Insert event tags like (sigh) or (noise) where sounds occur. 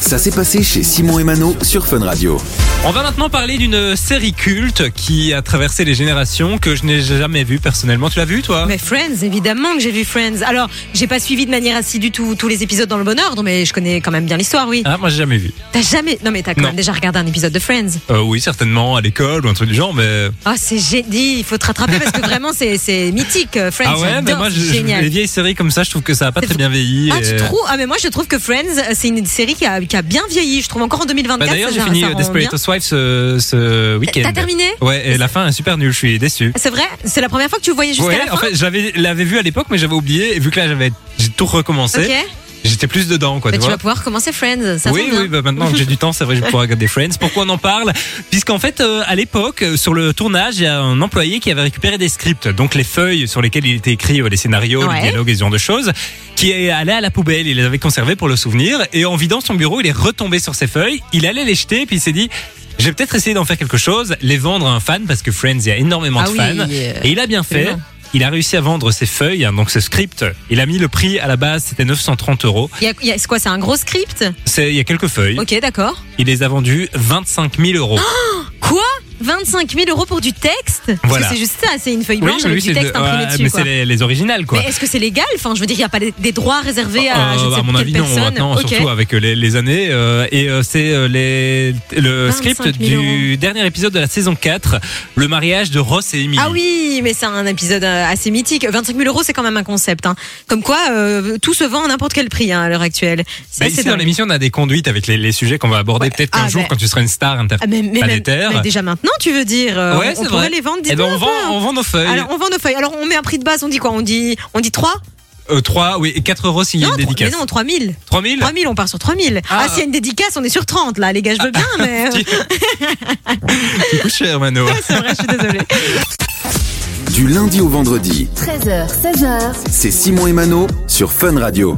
Ça s'est passé chez Simon et Mano sur Fun Radio. On va maintenant parler d'une série culte qui a traversé les générations que je n'ai jamais vue personnellement. Tu l'as vue toi Mais Friends, évidemment que j'ai vu Friends. Alors, j'ai pas suivi de manière assidue tous tous les épisodes dans le bon ordre, mais je connais quand même bien l'histoire, oui. Ah, moi j'ai jamais vu. T'as jamais. Non, mais t'as quand Non. même déjà regardé un épisode de Friends. Euh, oui, certainement à l'école ou un truc du genre, mais Ah, c'est génial. Il faut te rattraper parce que vraiment, c'est c'est mythique. euh, Friends, ah ouais, mais j'adore, moi c'est je- euh, je- génial. les vieilles séries comme ça, je trouve que ça a pas C'est très vrai. bien vieilli. Ah, et- tu trouves Ah, mais moi, je trouve que Friends, euh, c'est une série qui a, qui a bien vieilli. Je trouve encore en 2024. Bah, D'ailleurs, ça- j'ai ça fini rend euh, bien. Desperate Housewives ce, ce week-end. T'as terminé Ouais, et la fin est super nulle. Je suis déçu. C'est vrai C'est la première fois que tu le voyais jusqu'à Ouais, la en fin fait, j'avais l'avais vu à l'époque, mais j'avais oublié. Et vu que là, j'avais j'ai tout recommencé. Ok. J'étais plus dedans, quoi. Bah, Bah, tu tu vois. vas pouvoir commencer Friends. Ça oui, sent bien. oui, bah maintenant que j'ai du temps, c'est vrai, je vais pouvoir regarder Friends. Pourquoi on en parle Puisqu'en fait, euh, à l'époque, euh, sur le tournage, il y a un employé qui avait récupéré des scripts, donc les feuilles sur lesquelles il était écrit, euh, les scénarios, les Ouais. dialogues et ce genre de choses, qui est allé à la poubelle. Il les avait conservés pour le souvenir. Et en vidant son bureau, il est retombé sur ces feuilles. Il allait les jeter, puis il s'est dit. J'ai peut-être essayé d'en faire quelque chose, les vendre à un fan, parce que Friends, il y a énormément Ah de oui, fans. euh, Et il a bien fait. absolument. Il a réussi à vendre ses feuilles, hein, donc ce script. Il a mis le prix à la base, c'était 930 euros. Il y a- il y a- C'est quoi C'est un gros script C'est- Il y a quelques feuilles. Ok, d'accord. Il les a vendus 25 000 euros. Ah, Quoi 25 000 euros pour du texte Parce que Voilà. c'est juste ça, c'est une feuille blanche avec du c'est texte le- imprimé ouais, dessus. mais quoi. c'est les, les originales quoi. Mais est-ce que c'est légal Enfin, je veux dire, il n'y a pas des, des droits réservés à, Euh, je ne sais à mon quelle avis, non, personne. maintenant, Ok. surtout avec les, les années. euh, et euh, c'est euh, les- le 25 000 script du dernier épisode de la saison 4, le mariage de Ross et Emily. Ah oui, mais c'est un épisode euh, assez mythique. 25 000 euros, c'est quand même un concept. hein. Comme quoi, euh, tout se vend à n'importe quel prix hein, à l'heure actuelle. C'est Bah, assez ici dans dingue. l'émission, on a des conduites avec les, les sujets qu'on va aborder. Ouais. Peut-être qu'un Ah, jour, bah. quand tu seras une star Ah, mais, mais, même- planétaire. mais déjà maintenant, tu veux dire euh, ouais, On c'est pourrait vrai. les vendre. Eh ben, dis-nous on, un peu. vend, on vend nos feuilles. Alors, on vend nos feuilles. Alors, on met un prix de base. On dit quoi On dit, on dit 3 Euh, 3, oui, et 4 euros s'il y a Non, une trois- mais dédicace. non, 3 000. 3 (laughs) 000 3 000, on part sur 3 000. Ah. Ah, s'il y a une dédicace, on est sur 30 là, les gars, je veux bien, mais. (laughs) Tu- Tu coûtes cher, Mano. C'est vrai, je suis désolée. Du lundi au vendredi, 13h, 16h, c'est Simon et Mano sur Fun Radio.